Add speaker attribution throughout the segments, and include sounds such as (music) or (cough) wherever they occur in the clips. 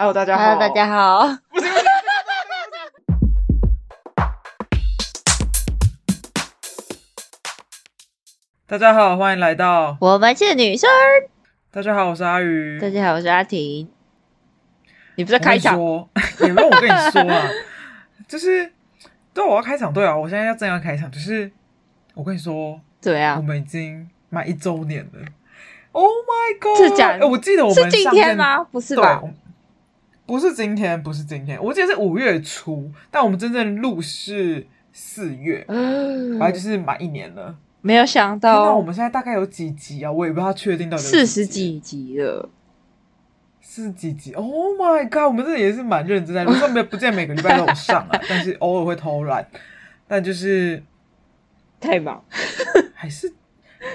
Speaker 1: Hello，大家好。
Speaker 2: Hello，大家好。
Speaker 1: 大家好，欢迎来到。
Speaker 2: 我们是女生。
Speaker 1: 大家好，我是阿鱼。
Speaker 2: 大家好，我是阿婷。你不是在开场？
Speaker 1: 我跟 (laughs) 你说，也没有我跟你说啊，就是对，我要开场，对啊，我现在要正要开场，就是我跟你说，
Speaker 2: 对啊
Speaker 1: 我，们已经满一周年了。Oh my god！
Speaker 2: 是假的
Speaker 1: 哎我记得我
Speaker 2: 是
Speaker 1: 们
Speaker 2: 今
Speaker 1: 上
Speaker 2: 天
Speaker 1: 线
Speaker 2: 吗？不是
Speaker 1: 对，
Speaker 2: 吧
Speaker 1: 我？们不是今天，不是今天，我记得是五月初，但我们真正录是四月，
Speaker 2: 嗯
Speaker 1: 反正就是满一年了。
Speaker 2: 没有想
Speaker 1: 那
Speaker 2: 到
Speaker 1: 我们现在大概有几集啊？我也不知道确定到底有
Speaker 2: 四十
Speaker 1: 集
Speaker 2: 几集了，
Speaker 1: 是几集？Oh my god！我们这也是蛮认真在录，虽然没不见每个礼拜都有上
Speaker 2: (laughs)
Speaker 1: 啊，但是偶尔会偷懒，但就是
Speaker 2: 太忙。
Speaker 1: 还是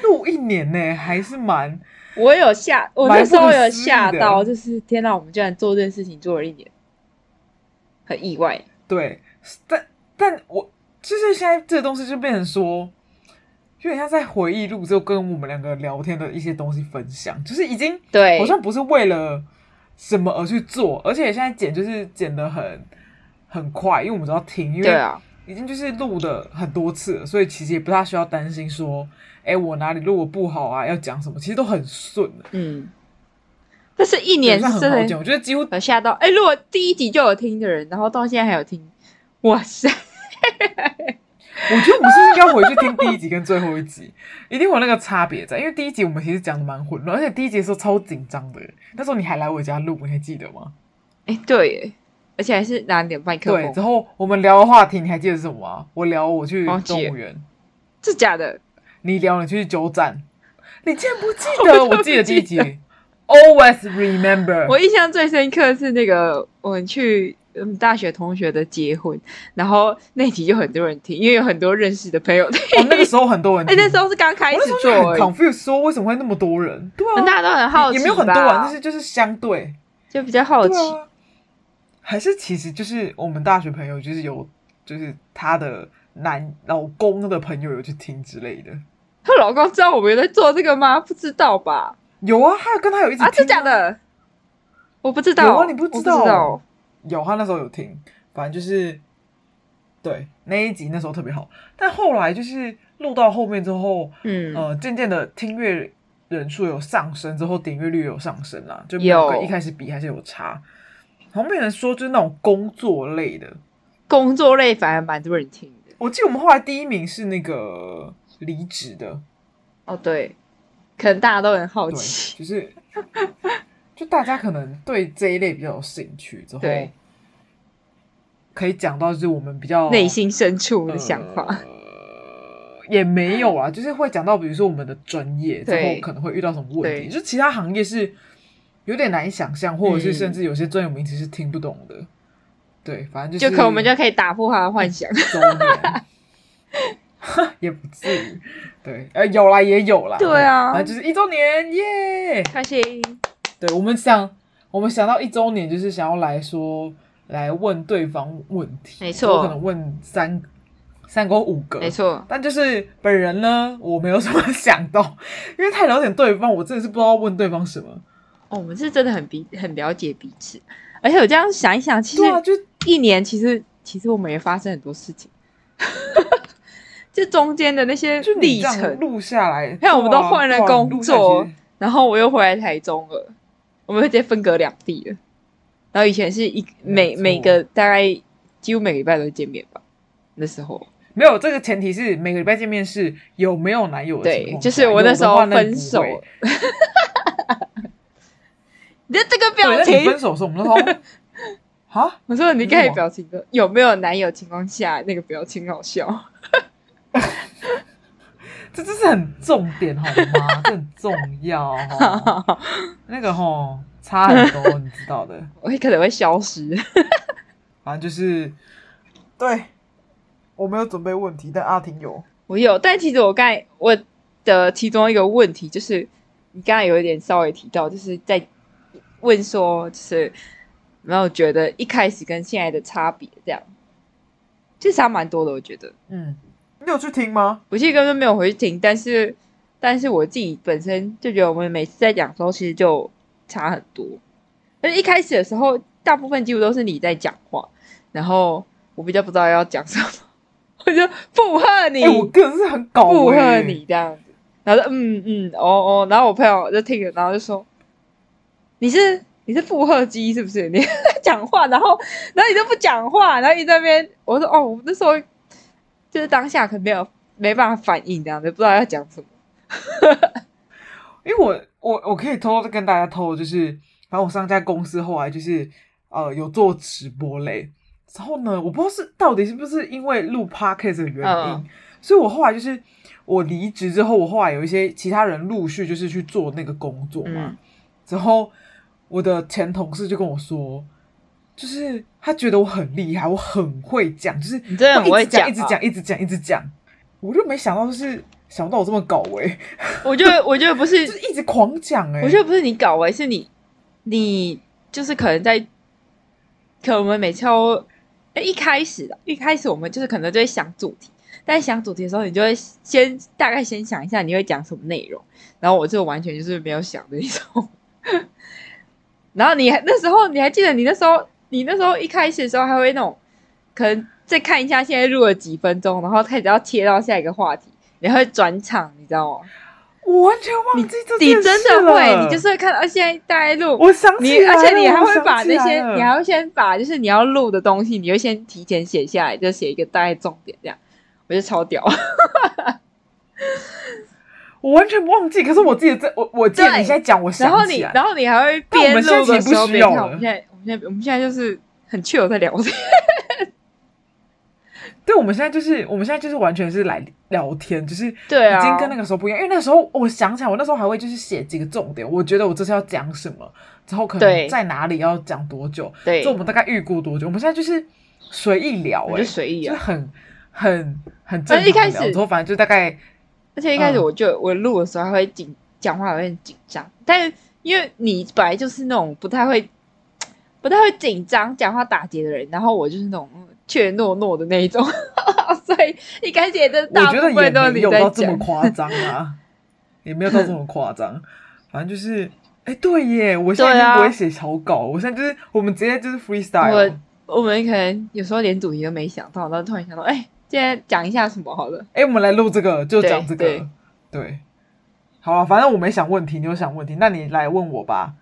Speaker 1: 录一年呢、还是蛮
Speaker 2: 我有吓，我那时候有吓
Speaker 1: 蛮不可
Speaker 2: 到，
Speaker 1: 思
Speaker 2: 就是天哪，我们居然做这件事情做了一年，很意外。
Speaker 1: 对。但但我就是现在这个东西就变成说，有点像在回忆录，就跟我们两个聊天的一些东西分享，就是已经
Speaker 2: 对
Speaker 1: 好，像不是为了什么而去做，而且现在剪就是剪的很很快，因为我们都要停，因
Speaker 2: 对
Speaker 1: 为
Speaker 2: 啊，
Speaker 1: 已经就是录的很多次了，所以其实也不大需要担心说，哎、我哪里录的不好啊，要讲什么，其实都很顺的，
Speaker 2: 嗯，但是一年
Speaker 1: 也算
Speaker 2: 是
Speaker 1: 很
Speaker 2: 真
Speaker 1: 好
Speaker 2: 的
Speaker 1: 剪。我觉得几乎
Speaker 2: 有吓到。哎、如果第一集就有听的人，然后到现在还有听，哇塞！
Speaker 1: 我觉得我们是不是应该回去听第一集跟最后一集，一定会有那个差别在，因为第一集我们其实讲的蛮混乱，而且第一集的时候超紧张的，那时候你还来我家录，你还记得吗？
Speaker 2: 哎、对耶，而且还是拿两麦克
Speaker 1: 对，之
Speaker 2: 风，
Speaker 1: 后我们聊的话题你还记得是什么吗？我聊我去
Speaker 2: 忘记
Speaker 1: 动
Speaker 2: 了
Speaker 1: 物园，
Speaker 2: 是假的？
Speaker 1: 你聊你去酒展，你竟然不记
Speaker 2: 我
Speaker 1: 得？
Speaker 2: 真的
Speaker 1: 我
Speaker 2: 不
Speaker 1: 记得第一
Speaker 2: 记得
Speaker 1: 集，Always remember。
Speaker 2: 我印象最深刻是那个我们去嗯大学同学的结婚，然后那集就很多人听，因为有很多认识的朋友听。
Speaker 1: 哦，那个时候很多人
Speaker 2: 哎、
Speaker 1: 听，
Speaker 2: 那时候是刚开
Speaker 1: 我
Speaker 2: 始
Speaker 1: 那时候
Speaker 2: 做
Speaker 1: 就
Speaker 2: 而
Speaker 1: 很
Speaker 2: 已，
Speaker 1: confused，说为什么会那么多人？对啊，
Speaker 2: 大家都很好
Speaker 1: 也
Speaker 2: 奇吧，
Speaker 1: 没有很多人，但是就是相对，
Speaker 2: 就比较好奇。
Speaker 1: 对啊，还是其实就是我们大学朋友，就是有就是她的男老公的朋友有去听之类的，
Speaker 2: 她、老公知道我们有在做这个吗？不知道吧？
Speaker 1: 有啊，还有跟他有一起
Speaker 2: 啊，
Speaker 1: 听
Speaker 2: 是假的，我不知道，
Speaker 1: 有啊你不
Speaker 2: 我
Speaker 1: 知
Speaker 2: 不知
Speaker 1: 道
Speaker 2: 道。
Speaker 1: 有，啊他那时候有听，反正就是对那一集那时候特别好，但后来就是录到后面之后，
Speaker 2: 嗯，
Speaker 1: 呃，渐渐的听阅人数有上升之后，点阅率有上升啦，就没
Speaker 2: 有
Speaker 1: 跟一开始比还是有差。好像被人说就是那种工作类的，
Speaker 2: 工作类反而蛮多人听的。
Speaker 1: 我记得我们后来第一名是那个离职的，
Speaker 2: 哦，对，可能大家都很好
Speaker 1: 对，
Speaker 2: 奇。
Speaker 1: 就是就大家可能对这一类比较有兴趣，之后
Speaker 2: 对
Speaker 1: 可以讲到就是我们比较
Speaker 2: 内心深处的想法，
Speaker 1: 呃也没有啦，就是会讲到比如说我们的专业之
Speaker 2: 对
Speaker 1: 后可能会遇到什么问题，
Speaker 2: 对
Speaker 1: 就其他行业是有点难以想象，或者是
Speaker 2: 嗯
Speaker 1: 甚至有些专有名词是听不懂的。对，反正
Speaker 2: 就
Speaker 1: 就
Speaker 2: 可我们
Speaker 1: 叫
Speaker 2: 就可以打破他的幻想。
Speaker 1: 周年。 (laughs) 也不至于，对，呃，有啦，也有啦，
Speaker 2: 对啊
Speaker 1: 反正就是一周年，耶、
Speaker 2: 开心，
Speaker 1: 对，我们想，我们想到一周年，就是想要来说，来问对方问题，
Speaker 2: 没错
Speaker 1: 我可能问三三个或五个，
Speaker 2: 没。错，
Speaker 1: 但就是本人呢，我没有什么想到，因为太了解对方，我真的是不知道问对方什么。
Speaker 2: 哦我们是真的很彼很了解彼此，而且我这样想一想，其实
Speaker 1: 对啊，就
Speaker 2: 一年其实其实我们也发生很多事情， (laughs) 就中间的那些
Speaker 1: 就你
Speaker 2: 历
Speaker 1: 这样
Speaker 2: 程，
Speaker 1: 录下来，
Speaker 2: 看我们
Speaker 1: 对啊
Speaker 2: 都换了
Speaker 1: 对啊你
Speaker 2: 工
Speaker 1: 录下来
Speaker 2: 作
Speaker 1: 其实
Speaker 2: 然后我又回来台中了，我们会直接分隔两地了。然后以前是一
Speaker 1: 没
Speaker 2: 每
Speaker 1: 错
Speaker 2: 每个大概几乎每个礼拜都会见面吧，那时候
Speaker 1: 没有这个前提是每个礼拜见面是有没有男友的情
Speaker 2: 对，
Speaker 1: 况下
Speaker 2: 就是我那时
Speaker 1: 有
Speaker 2: 候
Speaker 1: 的话那不
Speaker 2: 分
Speaker 1: 会
Speaker 2: 手了。你的这个
Speaker 1: 对，
Speaker 2: 表
Speaker 1: 那你
Speaker 2: 情
Speaker 1: 分，手的时候，我们那
Speaker 2: (laughs)
Speaker 1: 时候啊，
Speaker 2: 我说你刚
Speaker 1: 你
Speaker 2: 才
Speaker 1: 说
Speaker 2: 表情的有没有男友情况下那个表情好笑，
Speaker 1: 这这是很重点好吗？这很重要哦，那个吼差很多，你知道的。
Speaker 2: 我会可能会消失。 (laughs)
Speaker 1: 反正就是，对我没有准备问题，但阿婷有。
Speaker 2: 我有，但其实我刚才我的其中一个问题就是，你刚才有一点稍微提到，就是在问说，就是有没有觉得一开始跟现在的差别这样，其实差蛮多的，我觉得。
Speaker 1: 嗯，你有去听吗？
Speaker 2: 我其实根本没有回去听，但是但是我自己本身就觉得我们每次在讲的时候，其实就差很多。而且一开始的时候，大部分几乎都是你在讲话，然后我比较不知道要讲什么， (laughs) 我就附和你，
Speaker 1: 哎、我个人是很搞、
Speaker 2: 附和
Speaker 1: 欸，
Speaker 2: 你这样子，然后就嗯嗯哦哦，然后我朋友就听了，然后就说你是你是附和机是不是？你在讲话，然后然后你都不讲话，然后一直在那边，我说哦，我那时候就是当下可能没有没办法反应，这样子不知道要讲什么。
Speaker 1: 因为我我我可以偷偷地跟大家透露，就是反正我上家公司后来就是呃有做直播类，然后呢，我不知道是到底是不是因为录 podcast 的原因，
Speaker 2: 嗯
Speaker 1: 所以我后来就是我离职之后，我后来有一些其他人陆续就是去做那个工作嘛，
Speaker 2: 嗯
Speaker 1: 之后我的前同事就跟我说。就是他觉得我很厉害，我很会讲，就是
Speaker 2: 你真的很
Speaker 1: 我一
Speaker 2: 会
Speaker 1: 直讲，
Speaker 2: 讲
Speaker 1: 一直
Speaker 2: 啊
Speaker 1: 讲，一直讲，一直讲，我就没想到就是想不到我这么搞哎、
Speaker 2: 我觉得我觉得不是
Speaker 1: 就是一直狂讲哎、
Speaker 2: 我觉得不是你搞哎、是你你就是可能在，可能我们每次都哎一开始的，一开始我们就是可能就会想主题，但想主题的时候，你就会先大概先想一下你会讲什么内容，然后我就完全就是没有想的一种。 (laughs) 然后你还那时候你还记得你那时候你那时候一开始的时候还会那种，可能再看一下现在录了几分钟，然后开始要切到下一个话题，你还会转场，你知道吗？
Speaker 1: 我完全忘记 (laughs) 这
Speaker 2: 你
Speaker 1: 件事
Speaker 2: 真的会，
Speaker 1: 了
Speaker 2: 你就是会看到啊现在大概录
Speaker 1: 我想起
Speaker 2: 你，
Speaker 1: 来
Speaker 2: 而
Speaker 1: 了
Speaker 2: 且你还
Speaker 1: 我
Speaker 2: 会
Speaker 1: 想
Speaker 2: 把
Speaker 1: 起
Speaker 2: 那
Speaker 1: 来
Speaker 2: 些，
Speaker 1: 了
Speaker 2: 你还会先把就是你要录的东西，你会先提前写下来，就写一个大概重点这样，我觉得超屌。
Speaker 1: 我完全忘记，可是我记得这我我记得
Speaker 2: 嗯对
Speaker 1: 你现在讲，我
Speaker 2: 然后
Speaker 1: 想
Speaker 2: 你，
Speaker 1: 起来，
Speaker 2: 然后你还会
Speaker 1: 但我
Speaker 2: 边
Speaker 1: 们
Speaker 2: 录
Speaker 1: 现在
Speaker 2: 的
Speaker 1: 其
Speaker 2: 时
Speaker 1: 实不
Speaker 2: 候
Speaker 1: 需
Speaker 2: 边
Speaker 1: 要
Speaker 2: 看。我
Speaker 1: 了
Speaker 2: 们现在，我们现在，我们现在就是很 chill 在聊天。
Speaker 1: 对我们现在就是我们现在就是完全是来聊天，就是
Speaker 2: 对啊
Speaker 1: 已经跟那个时候不一样，因为那个时候我想起来，我那时候还会就是写几个重点，我觉得我这次要讲什么，之后可能
Speaker 2: 对
Speaker 1: 在哪里要讲多久，
Speaker 2: 对
Speaker 1: 就我，们大概预估多久，我们现在就是随意聊、
Speaker 2: 我
Speaker 1: 哎，
Speaker 2: 就随意
Speaker 1: 就是
Speaker 2: 啊。
Speaker 1: 很很很正常
Speaker 2: 而且一开
Speaker 1: 地聊
Speaker 2: 始
Speaker 1: 之后反正就大概
Speaker 2: 而且一开始
Speaker 1: 嗯
Speaker 2: 我就我录的时候还会紧，讲话有点紧张，但因为你本来就是那种不太会、不太会紧张、讲话打结的人，然后我就是那种嗯怯懦懦的那一种， (laughs) 所以一开始也真的
Speaker 1: 我
Speaker 2: 大
Speaker 1: 觉得
Speaker 2: 部
Speaker 1: 也
Speaker 2: 分都是
Speaker 1: 没
Speaker 2: 你
Speaker 1: 有
Speaker 2: 在
Speaker 1: 到这么
Speaker 2: 讲。
Speaker 1: 夸张
Speaker 2: (laughs)
Speaker 1: 啊，也没有到这么夸张，反正就是，哎、对耶，我现在已
Speaker 2: 对
Speaker 1: 经
Speaker 2: 啊
Speaker 1: 不会写草稿，我现在就是我们直接就是 freestyle，
Speaker 2: 我
Speaker 1: 哎、
Speaker 2: 我们可能有时候连主题都没想到，然后突然想到，哎、今天讲一下什么好了？
Speaker 1: 哎我们来录这个，就讲这
Speaker 2: 对
Speaker 1: 个，对，好啊，反正我没想问题，你有想问题，那你来问我吧。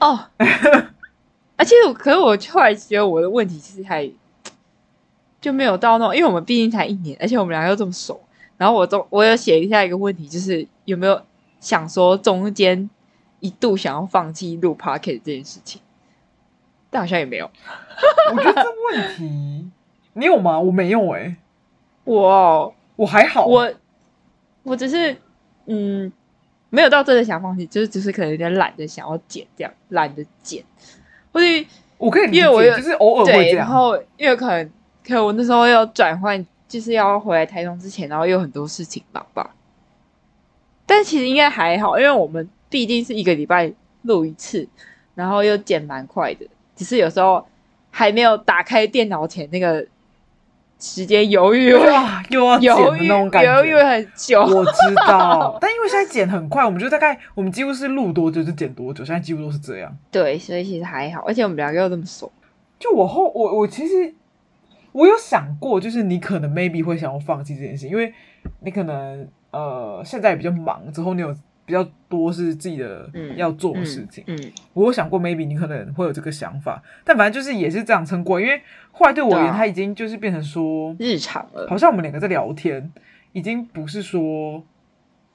Speaker 2: 哦， (laughs) 而且我，可是我后来觉得我的问题其实还就没有到那种，因为我们毕竟才一年，而且我们俩又这么熟，然后我都我有写一下一个问题，就是有没有想说中间一度想要放弃录 p o c k e t 这件事情，但好像也没有。
Speaker 1: 我觉得这问题，你有吗？我没有哎、
Speaker 2: 我哦
Speaker 1: 我还好，
Speaker 2: 我我只是嗯，没有到真的想放弃，就是只是可能有点懒得想要剪，这样懒得剪，或者。
Speaker 1: 我可以理解，
Speaker 2: 因为我有
Speaker 1: 就是偶
Speaker 2: (laughs)
Speaker 1: 尔会
Speaker 2: 对，
Speaker 1: 这样，
Speaker 2: 然后因为可能，可能我那时候要转换，就是要回来台中之前，然后又有很多事情忙吧。但其实应该还好，因为我们毕竟是一个礼拜录一次，然后又剪蛮快的，只是有时候还没有打开电脑前那个时间犹 (laughs) 豫会，
Speaker 1: 哇，又要剪
Speaker 2: 犹
Speaker 1: 的
Speaker 2: 豫
Speaker 1: 那种感觉，
Speaker 2: 犹豫很久。
Speaker 1: 我知道， (laughs) 但因为现在剪很快，我们就大概我们几乎是录多久就剪多久，现在几乎都是这样。
Speaker 2: 对，所以其实还好，而且我们两个又这么熟。
Speaker 1: 就我后我我其实我有想过，就是你可能 maybe 会想要放弃这件事，因为你可能呃现在也比较忙，之后你有比较多是自己的
Speaker 2: 嗯
Speaker 1: 要做的事情。
Speaker 2: 嗯，嗯
Speaker 1: 我有想过 maybe 你可能会有这个想法，但反正就是也是这样撑过来，因为后来对我而
Speaker 2: 对
Speaker 1: 言，
Speaker 2: 啊
Speaker 1: 它已经就是变成说，
Speaker 2: 日常了。
Speaker 1: 好像我们两个在聊天，已经不是说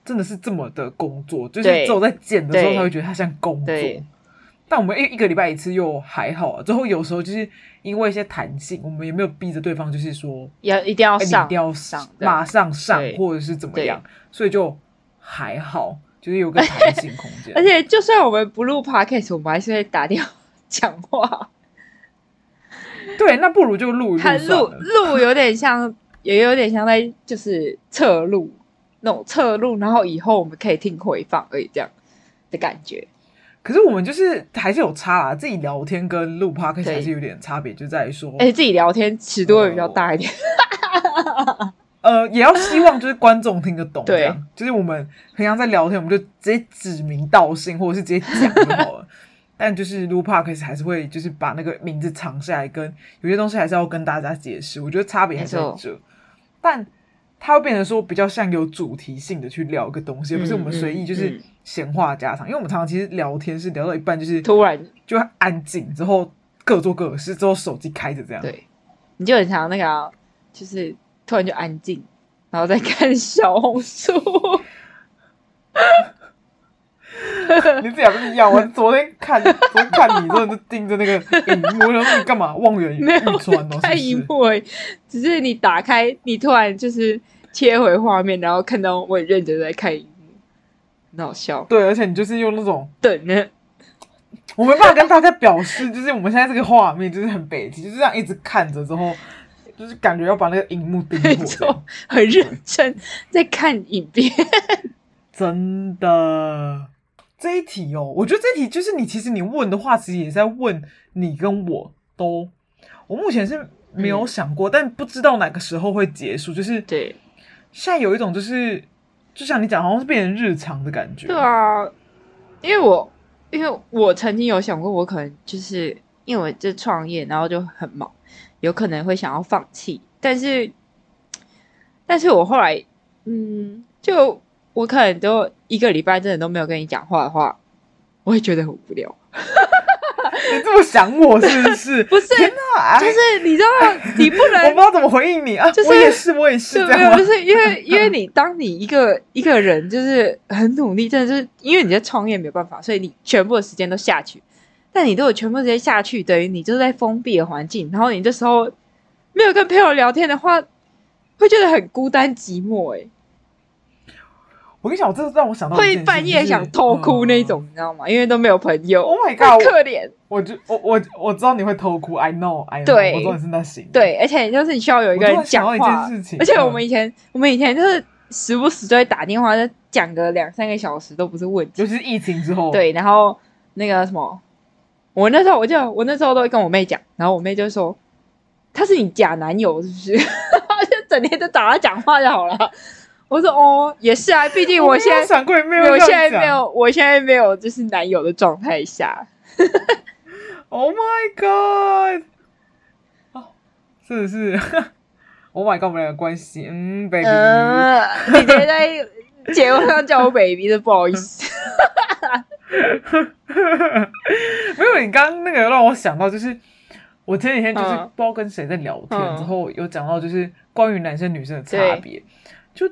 Speaker 1: 真的是这么的工作，就是
Speaker 2: 对
Speaker 1: 只有在剪的时候
Speaker 2: 对
Speaker 1: 才会觉得它像工作
Speaker 2: 对。
Speaker 1: 但我们一一个礼拜一次又还好啊，之后有时候就是因为一些弹性，我们也没有逼着对方，就是说
Speaker 2: 要一定要
Speaker 1: 哎你
Speaker 2: 上，
Speaker 1: 一定要
Speaker 2: 上的
Speaker 1: 马上上
Speaker 2: 对
Speaker 1: 或者是怎么样，所以就还好，就是有个弹性空间。
Speaker 2: (laughs) 而且就算我们不录 podcast，我们还是会打电话讲话。
Speaker 1: 对，那不如就录一
Speaker 2: 它
Speaker 1: 录算
Speaker 2: 录
Speaker 1: 了。
Speaker 2: 录有点像，也有点像在就是侧录那种侧录，然后以后我们可以听回放而已这样的感觉。
Speaker 1: 可是我们就是还是有差啦，自己聊天跟录 p o d c
Speaker 2: 对
Speaker 1: 还是有点差别，就在于说，
Speaker 2: 而且自己聊天尺度会比较大
Speaker 1: 哦
Speaker 2: 一点。
Speaker 1: 呃，也要希望就是观众听得懂，
Speaker 2: 对
Speaker 1: 这样，就是我们平常在聊天，我们就直接指名道姓，或者是直接讲就好了。 (laughs) 但就是 Lu Park 还是会就是把那个名字藏下来，跟有些东西还是要跟大家解释。我觉得差别还是在
Speaker 2: 没错
Speaker 1: 这，但它会变成说比较像有主题性的去聊一个东西，而不是我们随意
Speaker 2: 嗯
Speaker 1: 就是
Speaker 2: 嗯
Speaker 1: 闲话家常。因为我们常常其实聊天是聊到一半就是
Speaker 2: 突然
Speaker 1: 就会安静，之后各做各的事，之后手机开着这样。
Speaker 2: 对，你就很常那个、啊，就是突然就安静，然后再看小红书。
Speaker 1: (laughs) 你自己还不是一样？我昨天看， (laughs) 昨天看你真的是盯着那个荧幕，然后你干嘛望远
Speaker 2: 没有
Speaker 1: 欲穿哦？
Speaker 2: 太
Speaker 1: 是
Speaker 2: 荧
Speaker 1: 不
Speaker 2: 幕而已，只是你打开，你突然就是切回画面，然后看到我很认真地在看荧幕，很好笑
Speaker 1: 是。对，而且你就是用那种，
Speaker 2: 等呢，
Speaker 1: 欸我没办法跟大家表示，就是我们现在这个画面就是很北极，就是这样一直看着之后， (laughs) 就是感觉要把那个荧幕盯
Speaker 2: 没
Speaker 1: 破这
Speaker 2: 错
Speaker 1: 样，
Speaker 2: 很认真在看影片。
Speaker 1: 真的。这一题哦，我觉得这一题就是你，其实你问的话，其实也在问你跟我都，我目前是没有
Speaker 2: 嗯
Speaker 1: 想过，但不知道哪个时候会结束，就是
Speaker 2: 对，
Speaker 1: 现在有一种就是，就像你讲，好像是变成日常的感觉。
Speaker 2: 对，啊，因为我因为我曾经有想过，我可能就是因为我这创业，然后就很忙，有可能会想要放弃，但是，但是我后来，嗯，就我可能都一个礼拜真的都没有跟你讲话的话，我会觉得很无聊。
Speaker 1: 你这么想我是不是？
Speaker 2: (laughs) 不是
Speaker 1: 天哪，哎
Speaker 2: 就是你知道，你不
Speaker 1: 我不
Speaker 2: 能
Speaker 1: 知道怎么回应你啊！
Speaker 2: 就是
Speaker 1: 我也是，我也是
Speaker 2: 对，
Speaker 1: 这
Speaker 2: 没有
Speaker 1: 样啊
Speaker 2: 不
Speaker 1: 吗？
Speaker 2: 是因为因为你当你一个一个人就是很努力，真的就是因为你在创业没有办法，所以你全部的时间都下去。但你如果全部时间下去，等于你就是在封闭的环境，然后你这时候没有跟朋友聊天的话，会觉得很孤单寂寞、欸，
Speaker 1: 我跟你讲，我真的让我想到一件事
Speaker 2: 会半夜想偷哭那。种，你知道吗？因为都没有朋
Speaker 1: 就是嗯
Speaker 2: 友，
Speaker 1: Oh my
Speaker 2: 很
Speaker 1: god！
Speaker 2: 可怜。
Speaker 1: 嗯我就我我我知道你会偷哭，I know，I know，
Speaker 2: 对
Speaker 1: 我知道你是那型。，
Speaker 2: 对，而且就是你需要有一个人讲
Speaker 1: 我突然想
Speaker 2: 话
Speaker 1: 到一件事情，
Speaker 2: 而且我
Speaker 1: 嗯
Speaker 2: 们以前我们以前就是时不时就会打电话，就讲个两三个小时都不是问题
Speaker 1: 尤。其是疫情之后，，
Speaker 2: 对，然后那个什么，我那时候我就我那时候都会跟我妹讲，然后我妹就说他是你假男友是不 (laughs) 是？就整天就打他讲话就好了。我说哦，也是啊，毕竟
Speaker 1: 我
Speaker 2: 我现
Speaker 1: 没有
Speaker 2: 在
Speaker 1: 想过没有，
Speaker 2: 我现在没。有我现在没有就是男友的状态下，
Speaker 1: Oh my god！哦，真的是 (laughs) ，Oh my god！我们俩的关系，嗯，baby，
Speaker 2: 嗯、你觉得在节目上叫我 baby 的不好意思，
Speaker 1: (laughs) 没有，你刚刚那个让我想到，就是我前几天就是
Speaker 2: 嗯
Speaker 1: 不知道跟谁在聊天，
Speaker 2: 嗯
Speaker 1: 之后有讲到就是关于男生女生的差别，就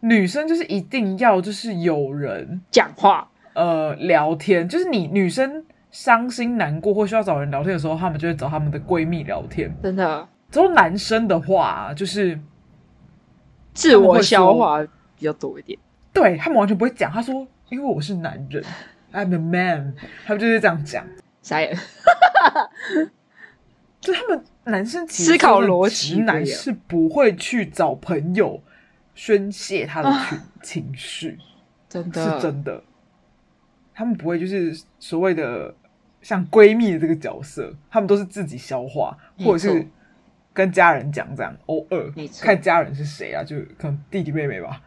Speaker 1: 女生就是一定要就是有人
Speaker 2: 讲话
Speaker 1: 呃聊天，就是你女生伤心难过或需要找人聊天的时候，她们就会找她们的闺蜜聊天。
Speaker 2: 真的
Speaker 1: 之后男生的话，就是
Speaker 2: 自
Speaker 1: 们会
Speaker 2: 我消
Speaker 1: 说
Speaker 2: 化比较多一点。
Speaker 1: 对他们完全不会讲，他说因为我是男人，I'm a man，他们就是这样讲。(laughs)
Speaker 2: 傻眼，
Speaker 1: 就他们男生其实
Speaker 2: 思考
Speaker 1: 真的
Speaker 2: 逻辑
Speaker 1: 直
Speaker 2: 不
Speaker 1: 男
Speaker 2: 一样
Speaker 1: 是不会去找朋友宣泄他的情情绪，
Speaker 2: 真的
Speaker 1: 是真的。他们不会就是所谓的像闺蜜的这个角色，他们都是自己消化，
Speaker 2: 没
Speaker 1: 或者是
Speaker 2: 错
Speaker 1: 跟家人讲这样，偶尔
Speaker 2: 没错
Speaker 1: 看家人是谁啊，就可能弟弟妹妹吧。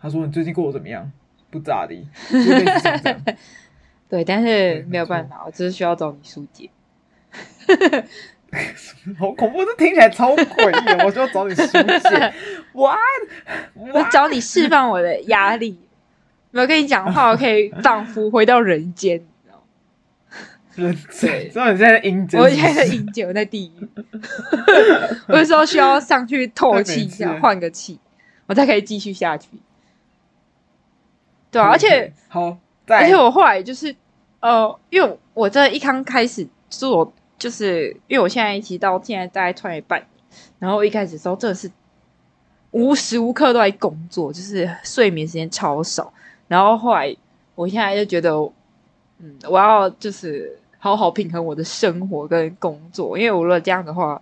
Speaker 1: 他说你最近过得怎么样？不咋地，就类似像这样。
Speaker 2: 对，但
Speaker 1: 对
Speaker 2: 是
Speaker 1: 没
Speaker 2: 没有
Speaker 1: 错
Speaker 2: 办法，我只是需要找你疏解。
Speaker 1: (laughs) 好恐怖，这听起来超诡异的。我就要找你疏解，
Speaker 2: (laughs)
Speaker 1: 哇
Speaker 2: 我
Speaker 1: 哇！
Speaker 2: 找你释放我的压力。没有跟你讲话，我可以仿佛回到人间，你知道吗
Speaker 1: 人
Speaker 2: 对
Speaker 1: 嘴，知道你现在在阴间
Speaker 2: 我
Speaker 1: 是不
Speaker 2: 现在在
Speaker 1: 是
Speaker 2: 阴间，我在地
Speaker 1: (laughs)
Speaker 2: 狱。我有时候需要上去透气一
Speaker 1: 太
Speaker 2: 下
Speaker 1: 没，
Speaker 2: 换个气，我才可以继续下去。对啊，而且
Speaker 1: (laughs) 好，
Speaker 2: 而
Speaker 1: 再
Speaker 2: 且我后来就是，呃，因为我这一刚开始做，就是因为我现在其实到现在大概创业半年，然后一开始的时候真的是无时无刻都在工作，就是睡眠时间超少。然后后来我现在就觉得，嗯，我要就是好好平衡我的生活跟工作，因为我如果这样的话，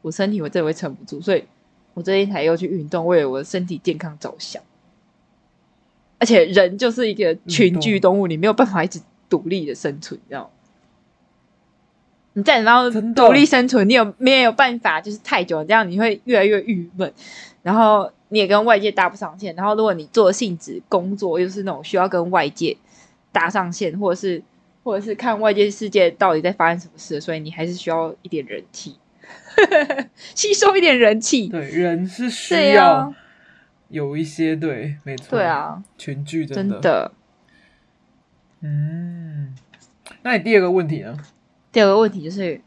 Speaker 2: 我身体我真的会撑不住，所以我最近才又去运动，为了我的身体健康着想。而且人就是一个群居动物，你没有办法一直独立的生存，你知道吗？你再然后
Speaker 1: 真的
Speaker 2: 独立生存，你有没有办法？就是太久了，这样你会越来越郁闷，然后你也跟外界搭不上线。然后如果你做的性质工作又是那种需要跟外界搭上线，或者是或者是看外界世界到底在发生什么事，所以你还是需要一点人气， (laughs) 吸收一点人气。
Speaker 1: 对，人是需
Speaker 2: 对
Speaker 1: 要
Speaker 2: 啊，
Speaker 1: 有一些对，没错，
Speaker 2: 对，啊，
Speaker 1: 群聚真
Speaker 2: 真
Speaker 1: 的，
Speaker 2: 的。
Speaker 1: 嗯，那你第二个问题呢？
Speaker 2: 第二个问题就是，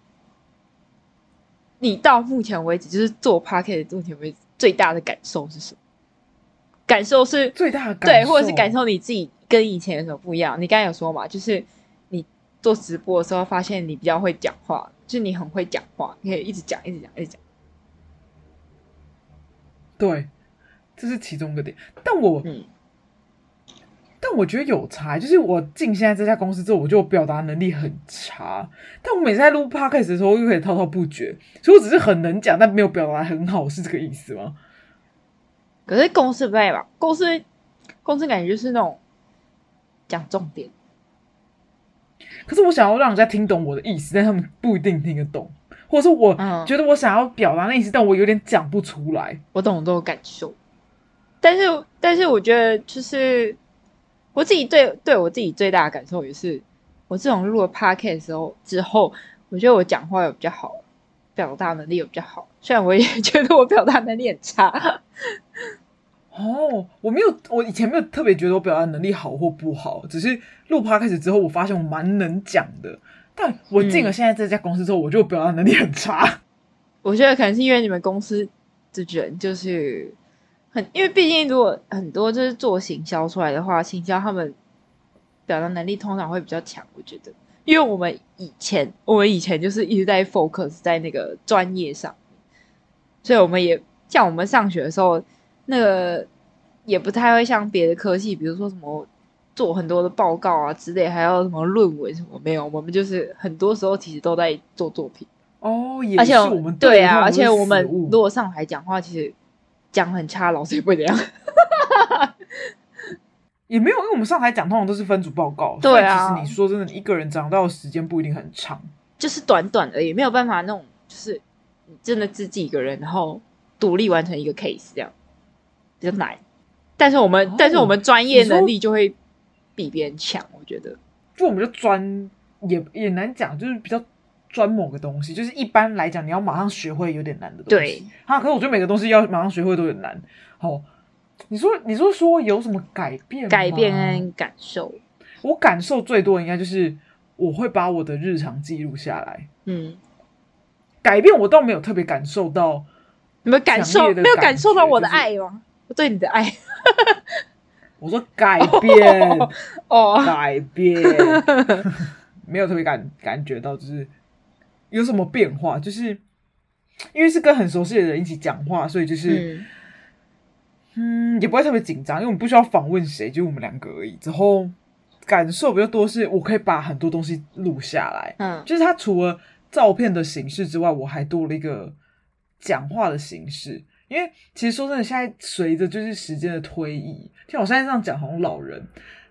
Speaker 2: 你到目前为止，就是做 p a c k e t 目前为止最大的感受是什么？感受是
Speaker 1: 最大的感
Speaker 2: 对，
Speaker 1: 受
Speaker 2: 或者是感受你自己跟以前有什么不一样？你刚才有说嘛，就是你做直播的时候，发现你比较会讲话，就是你很会讲话，你可以一直讲，一直讲，一直讲。
Speaker 1: 对，这是其中一个点。但我、
Speaker 2: 嗯，
Speaker 1: 但我觉得有差，欸就是我进现在这家公司之后，我就表达能力很差。但我每次在录 podcast 的时候，又可以滔滔不绝，所以我只是很能讲，但没有表达很好，是这个意思吗？
Speaker 2: 可是公司不太吧，公司公司感觉就是那种讲重点。
Speaker 1: 可是我想要让人家听懂我的意思，但他们不一定听得懂，或者是我
Speaker 2: 嗯
Speaker 1: 觉得我想要表达那意思，但我有点讲不出来。
Speaker 2: 我懂这种感受，但是但是我觉得就是我自己对对我自己最大的感受也是，我自从录了 podcast 的时候之后，我觉得我讲话有比较好，表达能力有比较好。虽然我也觉得我表达能力很差，
Speaker 1: 哦，我没有，我以前没有特别觉得我表达能力好或不好，只是录 p 开始之后，我发现我蛮能讲的。但我进了
Speaker 2: 嗯
Speaker 1: 现在这家公司之后，我就表达能力很差。
Speaker 2: 我觉得可能是因为你们公司的人就是很，因为毕竟如果很多就是做行销出来的话，行销他们表达能力通常会比较强，我觉得。因为我们以前，我们以前就是一直在 focus 在那个专业上，所以我们也像我们上学的时候，那个也不太会像别的科系，比如说什么做很多的报告啊之类，还要什么论文什么没有，我们就是很多时候其实都在做作品。
Speaker 1: 哦，也
Speaker 2: 而且
Speaker 1: 是我们
Speaker 2: 对
Speaker 1: 的
Speaker 2: 啊，
Speaker 1: 话
Speaker 2: 而且
Speaker 1: 是
Speaker 2: 我们
Speaker 1: 死物
Speaker 2: 如果上台讲话，其实讲很差，老师也不会
Speaker 1: (laughs)
Speaker 2: 怎样。
Speaker 1: 也没有，因为我们上台讲通常都是分组报告，
Speaker 2: 对啊
Speaker 1: 所以其实你说真的，一个人讲到的时间不一定很长。
Speaker 2: 就是短短而已，没有办法那种，就是你真的自己一个人，然后独立完成一个 case 这样比较难。但是我们，
Speaker 1: 哦
Speaker 2: 但是我们专业
Speaker 1: 你说
Speaker 2: 能力就会比别人强，我觉得。
Speaker 1: 就我们就专也也难讲，就是比较专某个东西，就是一般来讲你要马上学会有点难的东西。
Speaker 2: 对，
Speaker 1: 啊，可是我觉得每个东西要马上学会都有点难。哦，你说你说说有什么改变吗？
Speaker 2: 改变跟感受，
Speaker 1: 我感受最多的应该就是我会把我的日常记录下来。
Speaker 2: 嗯，
Speaker 1: 改变我倒没有特别感受到，
Speaker 2: 你们感
Speaker 1: 强
Speaker 2: 受
Speaker 1: 烈的
Speaker 2: 没有
Speaker 1: 感
Speaker 2: 感受到
Speaker 1: 觉
Speaker 2: 我的
Speaker 1: 就是
Speaker 2: 爱吗？我对你的爱
Speaker 1: 我说改
Speaker 2: (laughs)
Speaker 1: 变
Speaker 2: 哦，
Speaker 1: 改变， (laughs) 没有特别感感觉到，就是有什么变化，就是因为是跟很熟悉的人一起讲话，所以就是
Speaker 2: 嗯
Speaker 1: 嗯也不会特别紧张，因为我们不需要访问谁，就我们两个而已。之后感受比较多是，我可以把很多东西录下来，
Speaker 2: 嗯，
Speaker 1: 就是它除了照片的形式之外，我还多了一个讲话的形式。因为其实说真的，现在随着就是时间的推移，像我现在这样讲好像老人，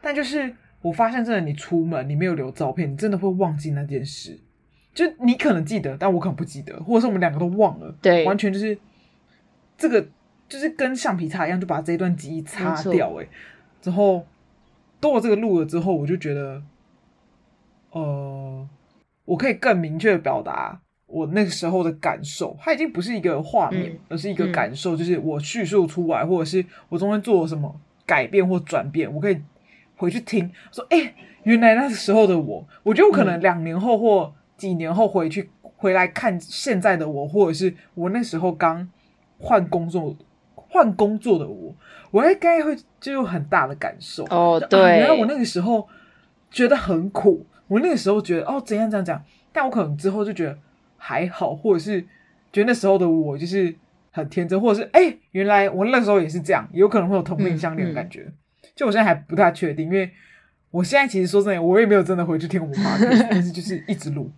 Speaker 1: 但就是我发现真的，你出门你没有留照片，你真的会忘记那件事。就你可能记得，但我可能不记得，或者是我们两个都忘了，
Speaker 2: 对
Speaker 1: 完全就是这个就是跟橡皮擦一样，就把这一段记忆擦
Speaker 2: 没错
Speaker 1: 掉、欸。之后都我这个录了之后，我就觉得，呃，我可以更明确的表达我那个时候的感受，它已经不是一个画面，
Speaker 2: 嗯
Speaker 1: 而是一个感受，就是我叙述出来，或者是我中间做了什么改变或转变，我可以回去听，说，哎、原来那时候的我，我觉得我可能两年后或几年后回去回来看现在的我，或者是我那时候刚换工作换工作的我，我应该会就有很大的感受。
Speaker 2: 哦，
Speaker 1: 就啊原来
Speaker 2: 对，
Speaker 1: 我那个时候觉得很苦，我那个时候觉得哦怎样怎样怎样，但我可能之后就觉得还好，或者是觉得那时候的我就是很天真，或者是哎、原来我那时候也是这样，有可能会有同病相怜的感觉。就我现在还不太确定，因为我现在其实说真的，我也没有真的回去听我们 podcast，但是就是一直录。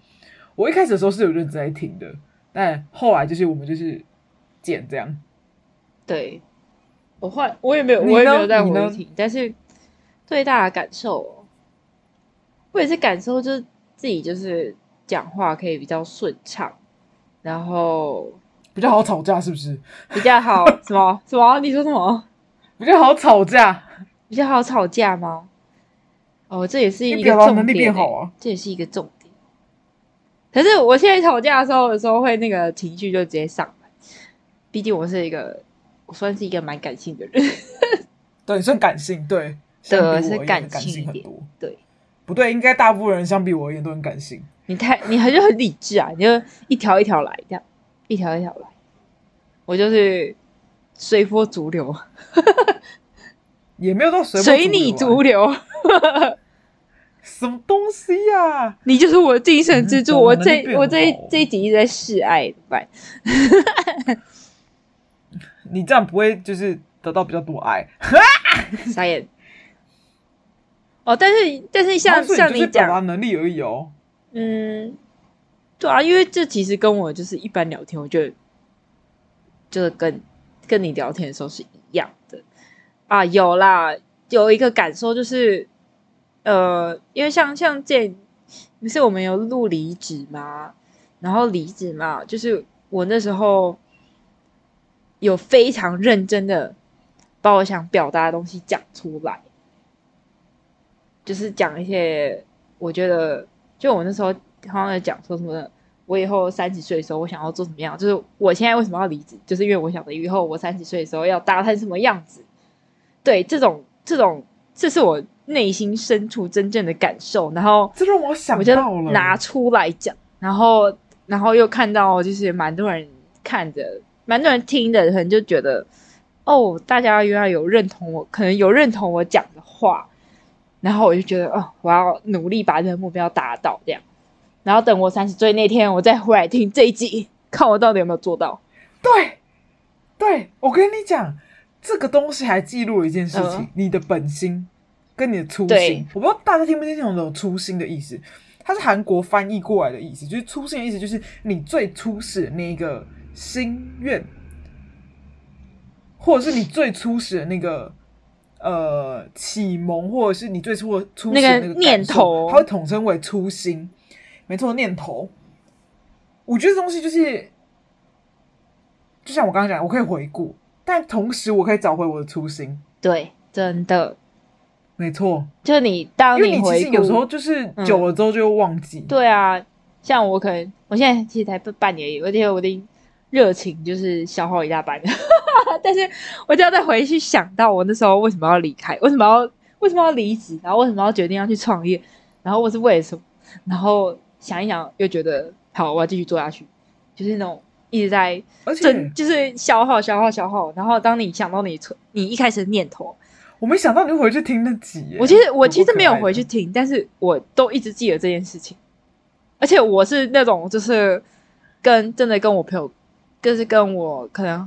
Speaker 1: 我一开始的时候是有认真在听的，但后来就是我们就是剪这样。
Speaker 2: 对，我换我也没有，
Speaker 1: 你
Speaker 2: 我也没
Speaker 1: 呢
Speaker 2: 有在
Speaker 1: 你呢
Speaker 2: 回听，但是最大的感受哦，我也是感受就是自己就是讲话可以比较顺畅，然后
Speaker 1: 比较好吵架是不是？
Speaker 2: 比较 (laughs) 好什么什么？你说什么？
Speaker 1: 比较好吵架，
Speaker 2: 比较好吵架吗？哦，这也是一
Speaker 1: 你
Speaker 2: 个
Speaker 1: 表达
Speaker 2: 重
Speaker 1: 能力
Speaker 2: 点
Speaker 1: 变
Speaker 2: 欸、
Speaker 1: 好啊。
Speaker 2: 这也是一个重点。可是我现在吵架的时候，有时候会那个情绪就直接上来，毕竟我是一个，我算是一个蛮感性的人。 (laughs)
Speaker 1: 对，你算感性，对，
Speaker 2: 对
Speaker 1: 相比我而
Speaker 2: 是
Speaker 1: 言
Speaker 2: 感
Speaker 1: 感
Speaker 2: 性一
Speaker 1: 性很
Speaker 2: 点
Speaker 1: 多。
Speaker 2: 对，
Speaker 1: 不对，应该大部分人相比我而言都很感性。
Speaker 2: 你太你还是很理智啊，你就一条一条来，这样一条一条来。我就是随波逐流，
Speaker 1: 也没有到随波
Speaker 2: 随你
Speaker 1: 逐流啊
Speaker 2: 逐流，
Speaker 1: (laughs) 什么东西呀、
Speaker 2: 你就是我的精神支
Speaker 1: 你
Speaker 2: 柱。
Speaker 1: 懂
Speaker 2: 我
Speaker 1: 能力
Speaker 2: 这
Speaker 1: 变
Speaker 2: 我这
Speaker 1: 好
Speaker 2: 这一集一直在示爱，怎么办？
Speaker 1: 你这样不会就是得到比较多爱？
Speaker 2: 傻眼。哦，但是但是
Speaker 1: 然
Speaker 2: 像
Speaker 1: 后所以
Speaker 2: 像
Speaker 1: 你就
Speaker 2: 你
Speaker 1: 是表达
Speaker 2: 讲，
Speaker 1: 能力而已哦。
Speaker 2: 嗯，对啊，因为这其实跟我就是一般聊天，我觉得就是跟跟你聊天的时候是一样的啊。有啦，有一个感受就是，呃，因为像像这不是我们有录离职吗？然后离职嘛，就是我那时候有非常认真的把我想表达的东西讲出来，就是讲一些我觉得，就我那时候好像在讲说什么，我以后三十岁的时候我想要做什么样，就是我现在为什么要离职，就是因为我想着以后我三十岁的时候要达成什么样子。对，这种这种，这是我内心深处真正的感受，然后
Speaker 1: 这让我想
Speaker 2: 我就
Speaker 1: 到了，
Speaker 2: 拿出来讲，然后然后又看到就是蛮多人看的，蛮多人听的，可能就觉得哦，大家原来有认同我，可能有认同我讲的话，然后我就觉得哦，我要努力把这个目标达到这样，然后等我三十岁那天，我再回来听这一集，看我到底有没有做到。
Speaker 1: 对，对我跟你讲，这个东西还记录了一件事情，
Speaker 2: 嗯
Speaker 1: 你的本心跟你的初
Speaker 2: 对
Speaker 1: 心。我不知道大家听不听懂这种初心的意思，它是韩国翻译过来的意思，就是初心的意思，就是你最初始的那个心愿，或者是你最初始的那个。呃，启蒙或者是你最初的初始的
Speaker 2: 那个
Speaker 1: 那个感
Speaker 2: 念
Speaker 1: 受
Speaker 2: 头
Speaker 1: 它会统称为初心，没错，念头。我觉得这东西就是就像我刚刚讲，我可以回顾，但同时我可以找回我的初心。
Speaker 2: 对，真的，
Speaker 1: 没错，
Speaker 2: 就哦你当
Speaker 1: 因为你
Speaker 2: 回
Speaker 1: 其
Speaker 2: 顾
Speaker 1: 实有时候就是
Speaker 2: 嗯
Speaker 1: 久了之后就会忘记。
Speaker 2: 对啊，像我可能我现在其实才半半年而已，而且我的热情就是消耗一大半， (laughs) 但是我就要再回去想到我那时候为什么要离开，为什么要为什么要离职，然后为什么要决定要去创业，然后我是为了什么，然后想一想又觉得好，我要继续做下去，就是那种一直在
Speaker 1: 而
Speaker 2: 真
Speaker 1: 且
Speaker 2: 就是消耗消耗消耗，然后当你想到你存你一开始的念头，
Speaker 1: 我没想到你会回去听那集耶，
Speaker 2: 我其实我
Speaker 1: 有
Speaker 2: 其
Speaker 1: 够
Speaker 2: 实
Speaker 1: 可
Speaker 2: 没有
Speaker 1: 爱的
Speaker 2: 回去，听，但是我都一直记得这件事情，而且我是那种就是跟真的跟我朋友，就是跟我可能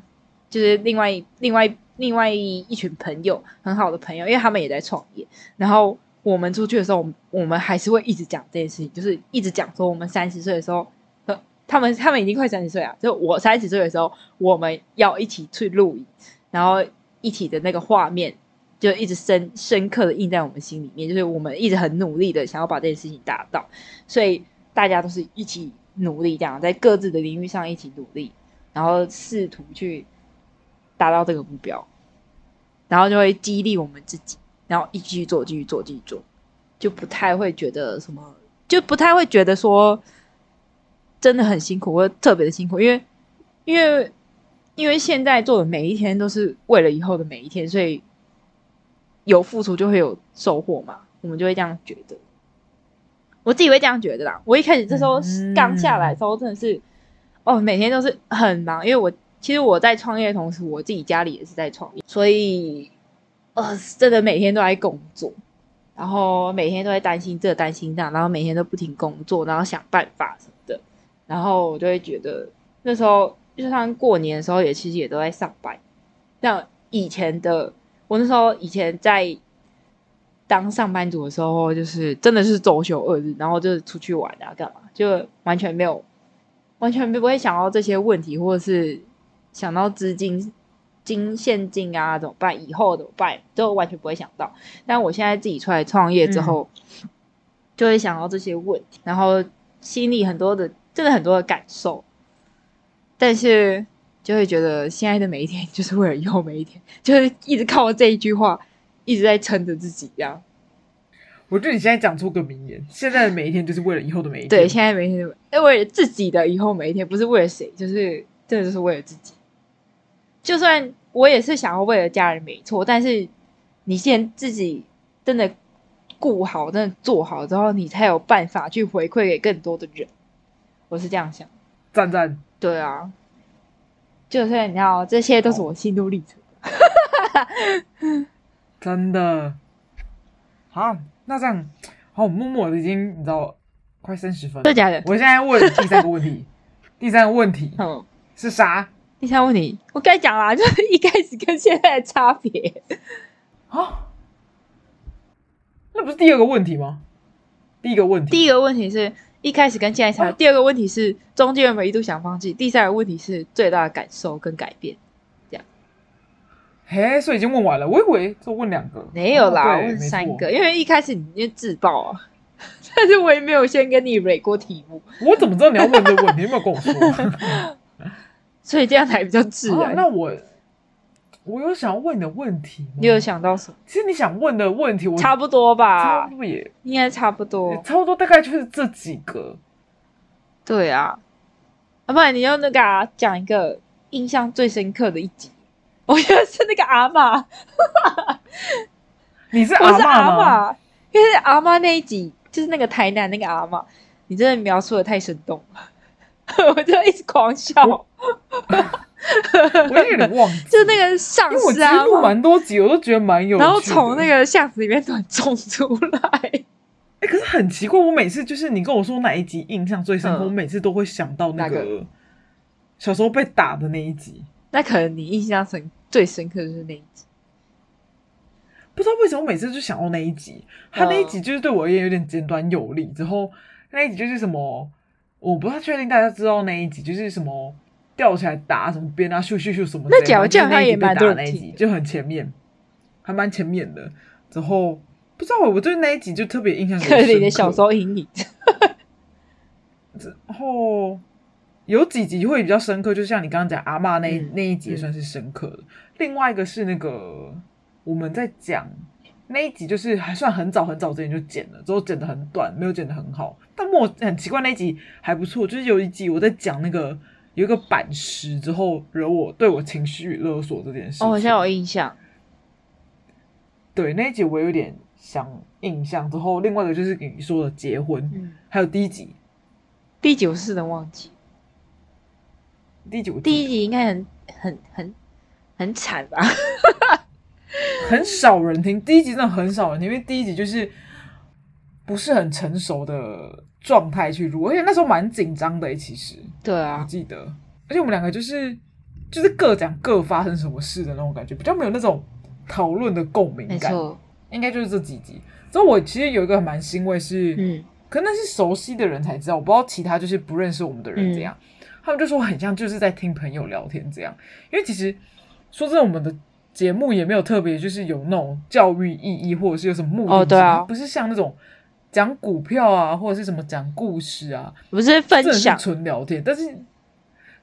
Speaker 2: 就是另外一另外一另外一一群朋友很好的朋友，因为他们也在创业，然后我们出去的时候，我们我们还是会一直讲这件事情，就是一直讲说我们三十岁的时候。呃他们他们已经快三十岁了，就我三十岁的时候，我们要一起去露营，然后一起的那个画面就一直深深刻的印在我们心里面，就是我们一直很努力的想要把这件事情达到，所以大家都是一起努力，这样在各自的领域上一起努力，然后试图去达到这个目标，然后就会激励我们自己，然后一继续做，继续做，继续做，就不太会觉得什么，就不太会觉得说真的很辛苦或者特别的辛苦，因为因为因为现在做的每一天都是为了以后的每一天，所以有付出就会有收获嘛，我们就会这样觉得。我自己会这样觉得啦。我一开始这时候
Speaker 1: 嗯
Speaker 2: 刚下来的时候，真的是、哦，每天都是很忙，因为我其实我在创业的同时，我自己家里也是在创业，所以呃，真的每天都在工作，然后每天都在担心这担心那，然后每天都不停工作，然后想办法什么的，然后我就会觉得那时候就像过年的时候也其实也都在上班，那以前的我那时候以前在当上班族的时候，就是真的是周休二日，然后就是出去玩啊干嘛，就完全没有完全不会想到这些问题，或者是想到资金金现金啊怎么办，以后怎么办，都完全不会想到。但我现在自己出来创业之后，就会想到这些问题，然后心里很多的真的很多的感受，但是就会觉得现在的每一天 (laughs) 就是为了以后每一天，就是一直靠这一句话一直在撑着自己这样。
Speaker 1: 我觉得你现在讲出个名言，现在的每一天就是为了以后的每一天。
Speaker 2: 对，现在每一天都，哎，为了自己的以后每一天，不是为了谁，就是真的就是为了自己。就算我也是想要为了家人没错，但是你先自己真的顾好，真的做好之后，你才有办法去回馈给更多的人。我是这样想。
Speaker 1: 赞赞，
Speaker 2: 对啊，就是你知道，这些都是我心路历程。
Speaker 1: 真的。好，那这样，好，我默默的已经你知道快三十分了
Speaker 2: 真的。假的？
Speaker 1: 我现在问第三个问
Speaker 2: (laughs)
Speaker 1: 题，第三个问题
Speaker 2: 嗯，
Speaker 1: 是啥
Speaker 2: 第三个问题，我该讲啦， (laughs) 就是一开始跟现在的差别。
Speaker 1: 啊？那不是第二个问题吗？第一个问题，
Speaker 2: 第一个问题是一开始跟现在
Speaker 1: 嗯
Speaker 2: 差别，第二个问题是中间有没有一度想放弃，第三个问题是最大的感受跟改变。
Speaker 1: 哦嘿，所以已经问完了。我以为就问两个，
Speaker 2: 没有啦，
Speaker 1: 哦
Speaker 2: 我
Speaker 1: 对
Speaker 2: 问三
Speaker 1: 没
Speaker 2: 个，因为一开始你就自爆啊， (laughs) 但是我也没有先跟你蕊过题目，
Speaker 1: 错。我怎么知道你要问这个问题？你有没有跟我
Speaker 2: (laughs)
Speaker 1: 说？ (laughs)
Speaker 2: 所以这样才比较自
Speaker 1: 啊
Speaker 2: 然。
Speaker 1: 那我我有想要问你的问题吗？
Speaker 2: 你有？想到什么？
Speaker 1: 其实你想问的问题，我
Speaker 2: 差不多
Speaker 1: 嗯差
Speaker 2: 吧
Speaker 1: 不，多也
Speaker 2: 应该差不多。
Speaker 1: 也差不多，大概就是这几个。
Speaker 2: 对啊，要不然你就那个啊讲、一个印象最深刻的一集， (laughs) 我觉得是那个阿嬷，
Speaker 1: 你是
Speaker 2: 我
Speaker 1: 阿
Speaker 2: 是
Speaker 1: 嬷吗？
Speaker 2: 嬷，因为阿嬷那一集就是那个台南那个阿嬷，你真的描述的太生动了， (laughs) 我就一直狂笑，
Speaker 1: 我 (laughs) 我有点忘记，
Speaker 2: 就是那个丧
Speaker 1: 因为我其
Speaker 2: 尸阿
Speaker 1: 实录
Speaker 2: 嬷，
Speaker 1: 蛮多集，我都觉得蛮有趣的。
Speaker 2: 然后从那个巷子里面突然冲出来， (laughs)
Speaker 1: 哎、可是很奇怪，我每次就是你跟我说哪一集印象最深刻，
Speaker 2: 嗯
Speaker 1: 我每次都会想到那
Speaker 2: 哪
Speaker 1: 个小时候被打的那一集。
Speaker 2: 那可能你印象深最深刻的就是那一集，
Speaker 1: 不知道为什么每次就想到那一集，他那一
Speaker 2: 嗯
Speaker 1: 集就是对我而言有点简短有力。之后那一集就是什么，我不太确定大家知道那一集就是什么吊起来打什么鞭啊，咻咻咻什么之类的。
Speaker 2: 那集好像
Speaker 1: 就是那一集
Speaker 2: 也蛮多人
Speaker 1: 被打那一集
Speaker 2: 听的
Speaker 1: 就很前面，还蛮前面的。之后不知道我对那一集就特别印象很
Speaker 2: 可
Speaker 1: 深
Speaker 2: 能 (laughs)
Speaker 1: 刻。
Speaker 2: 你的小时候阴影。
Speaker 1: 然后有几集会比较深刻，就像你刚刚讲阿嬷那一、
Speaker 2: 嗯
Speaker 1: 那一集也算是深刻的。另外一个是那个我们在讲那一集，就是还算很早很早之前就剪了，之后剪的很短，没有剪的很好。但我很奇怪那一集还不错，就是有一集我在讲那个有一个板石之后惹我对我情绪勒索这件事情。
Speaker 2: 哦，我现在有印象，
Speaker 1: 对那一集我有点想印象。之后另外一个就是你说的结婚，
Speaker 2: 嗯，
Speaker 1: 还有第一集，
Speaker 2: 第九是能忘记。
Speaker 1: 第一集我记得
Speaker 2: 第一集应该很很很很惨吧？
Speaker 1: 很少人听，第一集真的很少人听，因为第一集就是不是很成熟的状态去录，而且那时候蛮紧张的、欸。其实
Speaker 2: 对
Speaker 1: 我
Speaker 2: 啊，
Speaker 1: 记得，而且我们两个就是就是各讲各发生什么事的那种感觉，比较没有那种讨论的共鸣
Speaker 2: 没
Speaker 1: 感。
Speaker 2: 错，
Speaker 1: 应该就是这几集。之后我其实有一个蛮欣慰是，
Speaker 2: 嗯，
Speaker 1: 可能是熟悉的人才知道，我不知道其他就是不认识我们的
Speaker 2: 嗯
Speaker 1: 人怎样。他们就说很像就是在听朋友聊天这样，因为其实说真的，我们的节目也没有特别就是有那种教育意义或者是有什么目的性
Speaker 2: 哦对啊
Speaker 1: 它不是像那种讲股票啊或者是什么讲故事啊，
Speaker 2: 不是分
Speaker 1: 真的是
Speaker 2: 享，
Speaker 1: 纯聊天，但是。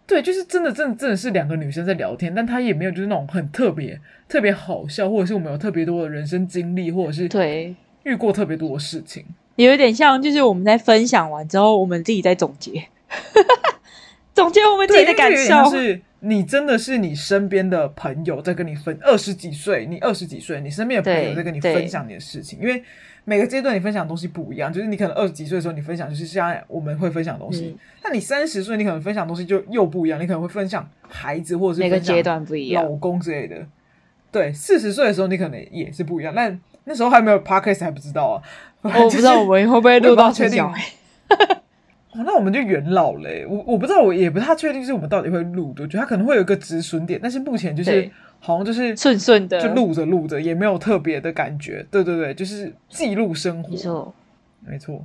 Speaker 1: 对，就是真的，真的，真的是两个女生在聊天，但她也没有就是那种很特别、特别好笑，或者是我们有特别多的人生经历，或者是
Speaker 2: 对，
Speaker 1: 遇过特别多的事情。
Speaker 2: 有一点像就是我们在分享完之后，我们自己在总结， (laughs) 总结我们自
Speaker 1: 对，
Speaker 2: 己的感
Speaker 1: 因为这个有点像
Speaker 2: 受。
Speaker 1: 是你真的是你身边的朋友在跟你分，二十几岁，你二十几岁，你身边的朋友
Speaker 2: 对
Speaker 1: 在跟你
Speaker 2: 对
Speaker 1: 分享你的事情，因为每个阶段你分享的东西不一样，就是你可能二十几岁的时候你分享就是像我们会分享的东西
Speaker 2: 嗯，
Speaker 1: 那、你三十岁你可能分享的东西就又不一样，你可能会分享孩子或者
Speaker 2: 每
Speaker 1: 是
Speaker 2: 个
Speaker 1: 分享
Speaker 2: 阶段不一
Speaker 1: (laughs)
Speaker 2: 样
Speaker 1: 老，公之类的。对，四十岁的时候你可能也是不一样，但那时候还没有 podcast 还不知道啊，
Speaker 2: 我不知道我们会不会录到
Speaker 1: 就是我
Speaker 2: 生
Speaker 1: 也
Speaker 2: 小
Speaker 1: 不
Speaker 2: 孩。
Speaker 1: 哦，那我们就元老嘞、我我不知道，我也不太确定是我们到底会录多久，它可能会有一个止损点，但是目前就是
Speaker 2: 对
Speaker 1: 好像就是
Speaker 2: (laughs) 顺顺的
Speaker 1: 就录着录着也没有特别的感觉。对对对，就是记录生活
Speaker 2: 没，错，
Speaker 1: 没错。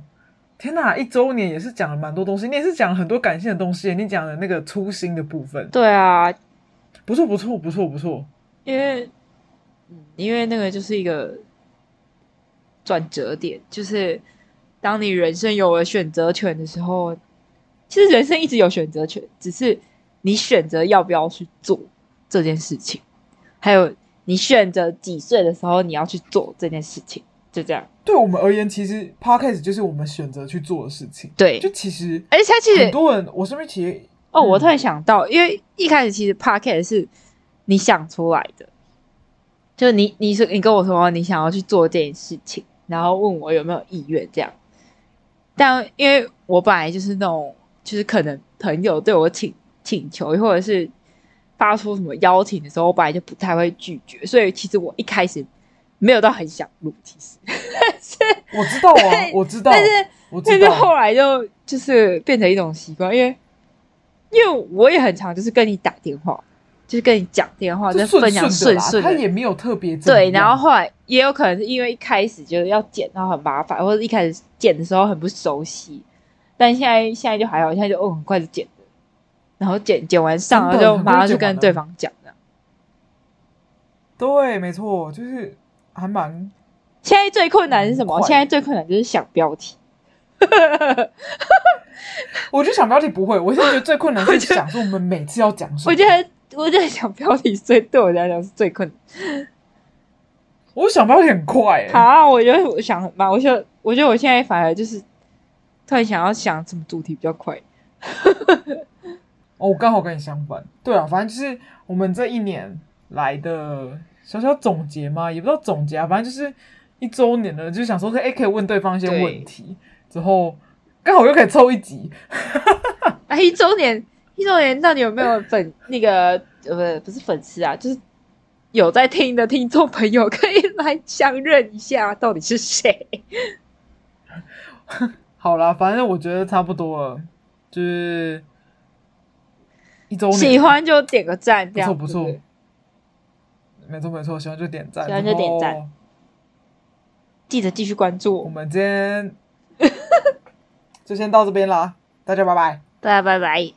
Speaker 1: 天哪，一周年也是讲了蛮多东西，你也是讲了很多感性的东西，你讲了那个初心的部分，
Speaker 2: 对啊，
Speaker 1: 不错不错不错不错。
Speaker 2: 因为，嗯，因为那个就是一个转折点，就是当你人生有了选择权的时候，其实人生一直有选择权，只是你选择要不要去做这件事情，还有你选择几岁的时候你要去做这件事情，就这样。
Speaker 1: 对我们而言，其实 podcast 就是我们选择去做的事情。
Speaker 2: 对
Speaker 1: 就，其实
Speaker 2: 而且它其实
Speaker 1: 很多人，我身边其实
Speaker 2: 哦，
Speaker 1: 嗯
Speaker 2: 我突然想到，因为一开始其实 podcast 是你想出来的，就你你说你跟我说你想要去做这件事情，然后问我有没有意愿这样。但因为我本来就是那种，就是可能朋友对我请请求，或者是发出什么邀请的时候，我本来就不太会拒绝，所以其实我一开始没有到很想录，其实，但是
Speaker 1: 我知道啊
Speaker 2: (laughs) 但，
Speaker 1: 我知道，
Speaker 2: 但是
Speaker 1: 我知
Speaker 2: 但是
Speaker 1: 道，
Speaker 2: 后来就就是变成一种习惯，因为因为我也很常就是跟你打电话，就是跟你讲电话，
Speaker 1: 就
Speaker 2: 跟
Speaker 1: 顺
Speaker 2: 分
Speaker 1: 顺的
Speaker 2: 享顺
Speaker 1: 啦，
Speaker 2: 顺
Speaker 1: 他
Speaker 2: 的。
Speaker 1: 也没有特别怎么
Speaker 2: 对，然后
Speaker 1: 样
Speaker 2: 后来也有可能是因为一开始觉得要剪，然后很麻烦，或者一开始剪的时候很不熟悉，但现在现在就还好，现在就哦很快就剪了，然后剪剪完
Speaker 1: 真
Speaker 2: 上了
Speaker 1: 的
Speaker 2: 就
Speaker 1: 很快
Speaker 2: 马上
Speaker 1: 就
Speaker 2: 就
Speaker 1: 剪完
Speaker 2: 跟
Speaker 1: 了
Speaker 2: 对方讲了。
Speaker 1: 对，没错，就是还蛮
Speaker 2: 现在最困难是什么
Speaker 1: 很？快
Speaker 2: 现在最困难就是想标题。
Speaker 1: 我就想标题不会，我现在觉得最困难是想说我们每次要讲什么。
Speaker 2: 我觉得我觉得想标题最对我来讲是最困难。
Speaker 1: 我想标题很快、欸，
Speaker 2: 啊，我觉得我想很慢，我就我觉得我现在反而就是突然想要想什么主题比较快。
Speaker 1: 哦，我刚好跟你相反。对啊，反正就是我们这一年来的小小总结嘛，也不知道总结啊，反正就是一周年了，就想说，哎、可以问对方一些
Speaker 2: 对
Speaker 1: 问题，之后刚好又可以凑一集。
Speaker 2: 啊，一周年，一周年到底有没有粉那个呃不是粉丝啊，就是有在听的听众朋友可以来相认一下，到底是谁？
Speaker 1: 好啦，反正我觉得差不多了，就是一周年，
Speaker 2: 喜欢就点个赞，这
Speaker 1: 不
Speaker 2: 样
Speaker 1: 错不错
Speaker 2: 对对，
Speaker 1: 没错没错，喜欢就点赞，
Speaker 2: 喜欢就点赞
Speaker 1: 然后
Speaker 2: 记得继续关注我
Speaker 1: 我 (laughs)
Speaker 2: 们，
Speaker 1: 们今天就先到这边啦，大家拜拜。
Speaker 2: 大家拜拜。